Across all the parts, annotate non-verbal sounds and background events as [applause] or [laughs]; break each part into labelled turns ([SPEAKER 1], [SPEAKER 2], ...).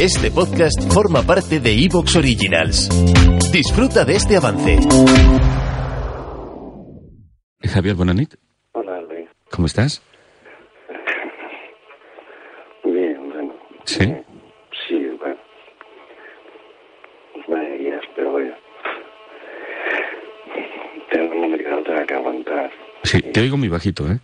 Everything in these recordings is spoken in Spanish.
[SPEAKER 1] Este podcast forma parte de Evox Originals. Disfruta de este avance.
[SPEAKER 2] Eh, Javier Bonanit,
[SPEAKER 3] Hola, Luis.
[SPEAKER 2] ¿cómo estás?
[SPEAKER 3] Bien, bueno.
[SPEAKER 2] Sí.
[SPEAKER 3] Sí, bueno. Pues Me guías, pero bueno. Tengo que otra que aguantar.
[SPEAKER 2] Sí, te oigo muy bajito, ¿eh?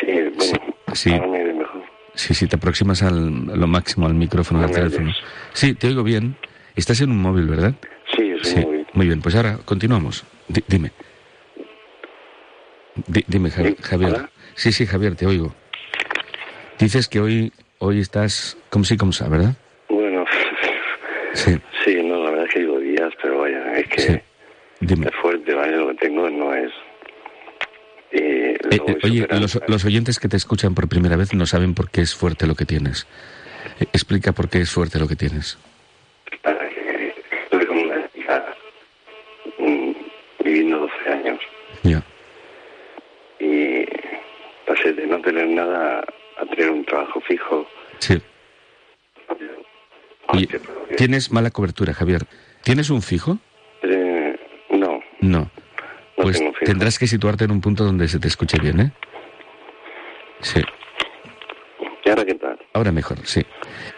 [SPEAKER 3] Sí, bueno.
[SPEAKER 2] sí.
[SPEAKER 3] Ahora me iré mejor.
[SPEAKER 2] Sí, sí, te aproximas al, a lo máximo al micrófono del
[SPEAKER 3] No me oyes.
[SPEAKER 2] teléfono. Sí, te oigo bien. Estás en un móvil, ¿verdad?
[SPEAKER 3] Sí, soy
[SPEAKER 2] Sí.
[SPEAKER 3] muy bien.
[SPEAKER 2] Muy bien, pues ahora continuamos. Di- dime. Di- dime, Ja-
[SPEAKER 3] Sí,
[SPEAKER 2] Javier.
[SPEAKER 3] hola.
[SPEAKER 2] Sí, sí, Javier, te oigo. Dices que hoy, hoy estás como sí, como sa, ¿verdad?
[SPEAKER 3] Bueno, [laughs]
[SPEAKER 2] Sí,
[SPEAKER 3] sí, no, la verdad es que digo días, pero vaya, es que
[SPEAKER 2] sí. Dime.
[SPEAKER 3] es fuerte, vaya, lo que tengo no es. Eh, lo
[SPEAKER 2] Eh,
[SPEAKER 3] voy
[SPEAKER 2] eh, oye,
[SPEAKER 3] superando.
[SPEAKER 2] los, los oyentes que te escuchan por primera vez no saben por qué es fuerte lo que tienes. Eh, Explica por qué es fuerte lo que tienes.
[SPEAKER 3] Para que estuve con una chica mm, viviendo 12 años.
[SPEAKER 2] Ya.
[SPEAKER 3] y pasé de no tener nada a tener un trabajo fijo.
[SPEAKER 2] Sí. Oye,
[SPEAKER 3] Hostia, pero Ah, que-
[SPEAKER 2] tienes mala cobertura, Javier. ¿Tienes un fijo?
[SPEAKER 3] Eh, no,
[SPEAKER 2] No.
[SPEAKER 3] no
[SPEAKER 2] Pues
[SPEAKER 3] tengo fijo.
[SPEAKER 2] tendrás que situarte en un punto donde se te escuche bien, ¿eh? Sí.
[SPEAKER 3] ¿Y ahora qué tal?
[SPEAKER 2] Ahora mejor, sí.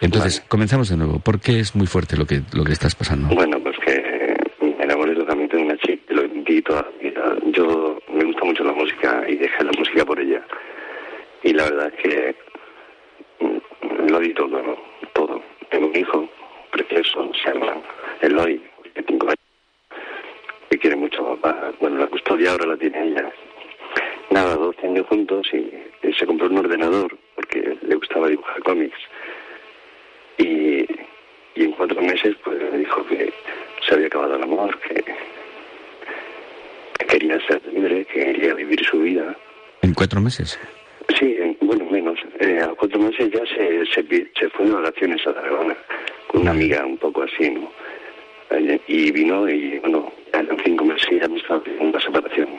[SPEAKER 2] Entonces,
[SPEAKER 3] Vale.
[SPEAKER 2] comenzamos de nuevo. ¿Por qué es muy fuerte lo que, lo que estás pasando?
[SPEAKER 3] Bueno, pues que me enamoré locamente de una chica, lo di toda mi vida. Yo me gusta mucho la música y dejé la música por ella. Y la verdad es que mm, lo di todo, ¿no? Todo. Tengo un hijo precioso, se llama Eloy, de cinco años, que quiere mucho a papá. Bueno, la custodia ahora la tiene ella. Nada, 12 años juntos y y se compró un ordenador porque le gustaba dibujar cómics y, y en cuatro meses pues me dijo que se había acabado el amor, que, que quería ser libre, que quería vivir su vida.
[SPEAKER 2] ¿En cuatro meses?
[SPEAKER 3] Sí, en- bueno, menos. Eh, a los cuatro meses ya se, se, vi- se fue de vacaciones a Tarragona con una amiga un poco así, ¿no? Eh, Y vino y, bueno, a los cinco meses ya me estaba pidiendo una separación.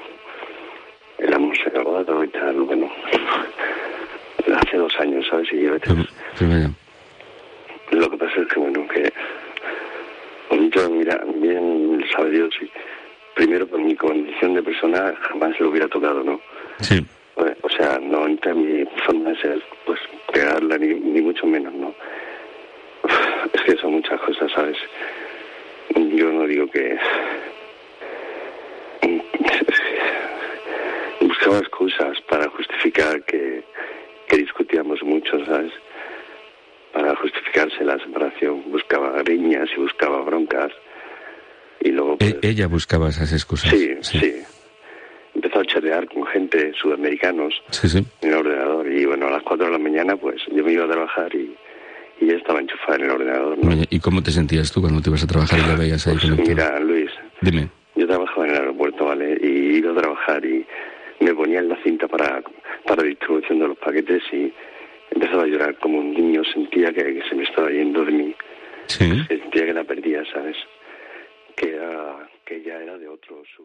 [SPEAKER 3] El amor se acabó y tal, bueno. [laughs] Hace dos años, ¿sabes? Y yo a veces
[SPEAKER 2] Prim- Primero.
[SPEAKER 3] lo que pasa es que, bueno, que yo, mira, bien sabe Dios, y primero por mi condición de persona jamás lo hubiera tocado, ¿no?
[SPEAKER 2] Sí.
[SPEAKER 3] Eh, O sea, no entra en mi forma de ser, pues, pegarla, ni, ni mucho menos, ¿no? Es que son muchas cosas, ¿sabes? Yo no digo que... Buscaba excusas para justificar que, que discutíamos mucho, ¿sabes? Para justificarse la separación. Buscaba riñas y buscaba broncas. Y luego... pues,
[SPEAKER 2] E- ella buscaba esas excusas.
[SPEAKER 3] sí, sí, Empezó a chatear con gente sudamericanos
[SPEAKER 2] Sí, sí.
[SPEAKER 3] en el ordenador. Y bueno, a las 4 de la mañana, pues yo me iba a trabajar y, y ya estaba enchufada en el ordenador. ¿no?
[SPEAKER 2] Oye, ¿Y cómo te sentías tú cuando te ibas a trabajar y la veías ahí
[SPEAKER 3] Pues,
[SPEAKER 2] conectada?
[SPEAKER 3] mira, Luis,
[SPEAKER 2] Dime.
[SPEAKER 3] yo trabajaba en el aeropuerto, ¿vale? Y iba a trabajar y me ponía en la cinta para, para distribución de los paquetes y empezaba a llorar como un niño. Sentía que, que se me estaba yendo de mí.
[SPEAKER 2] Sí.
[SPEAKER 3] Sentía que la perdía, ¿sabes? Que, era, que ya era de otro. Su...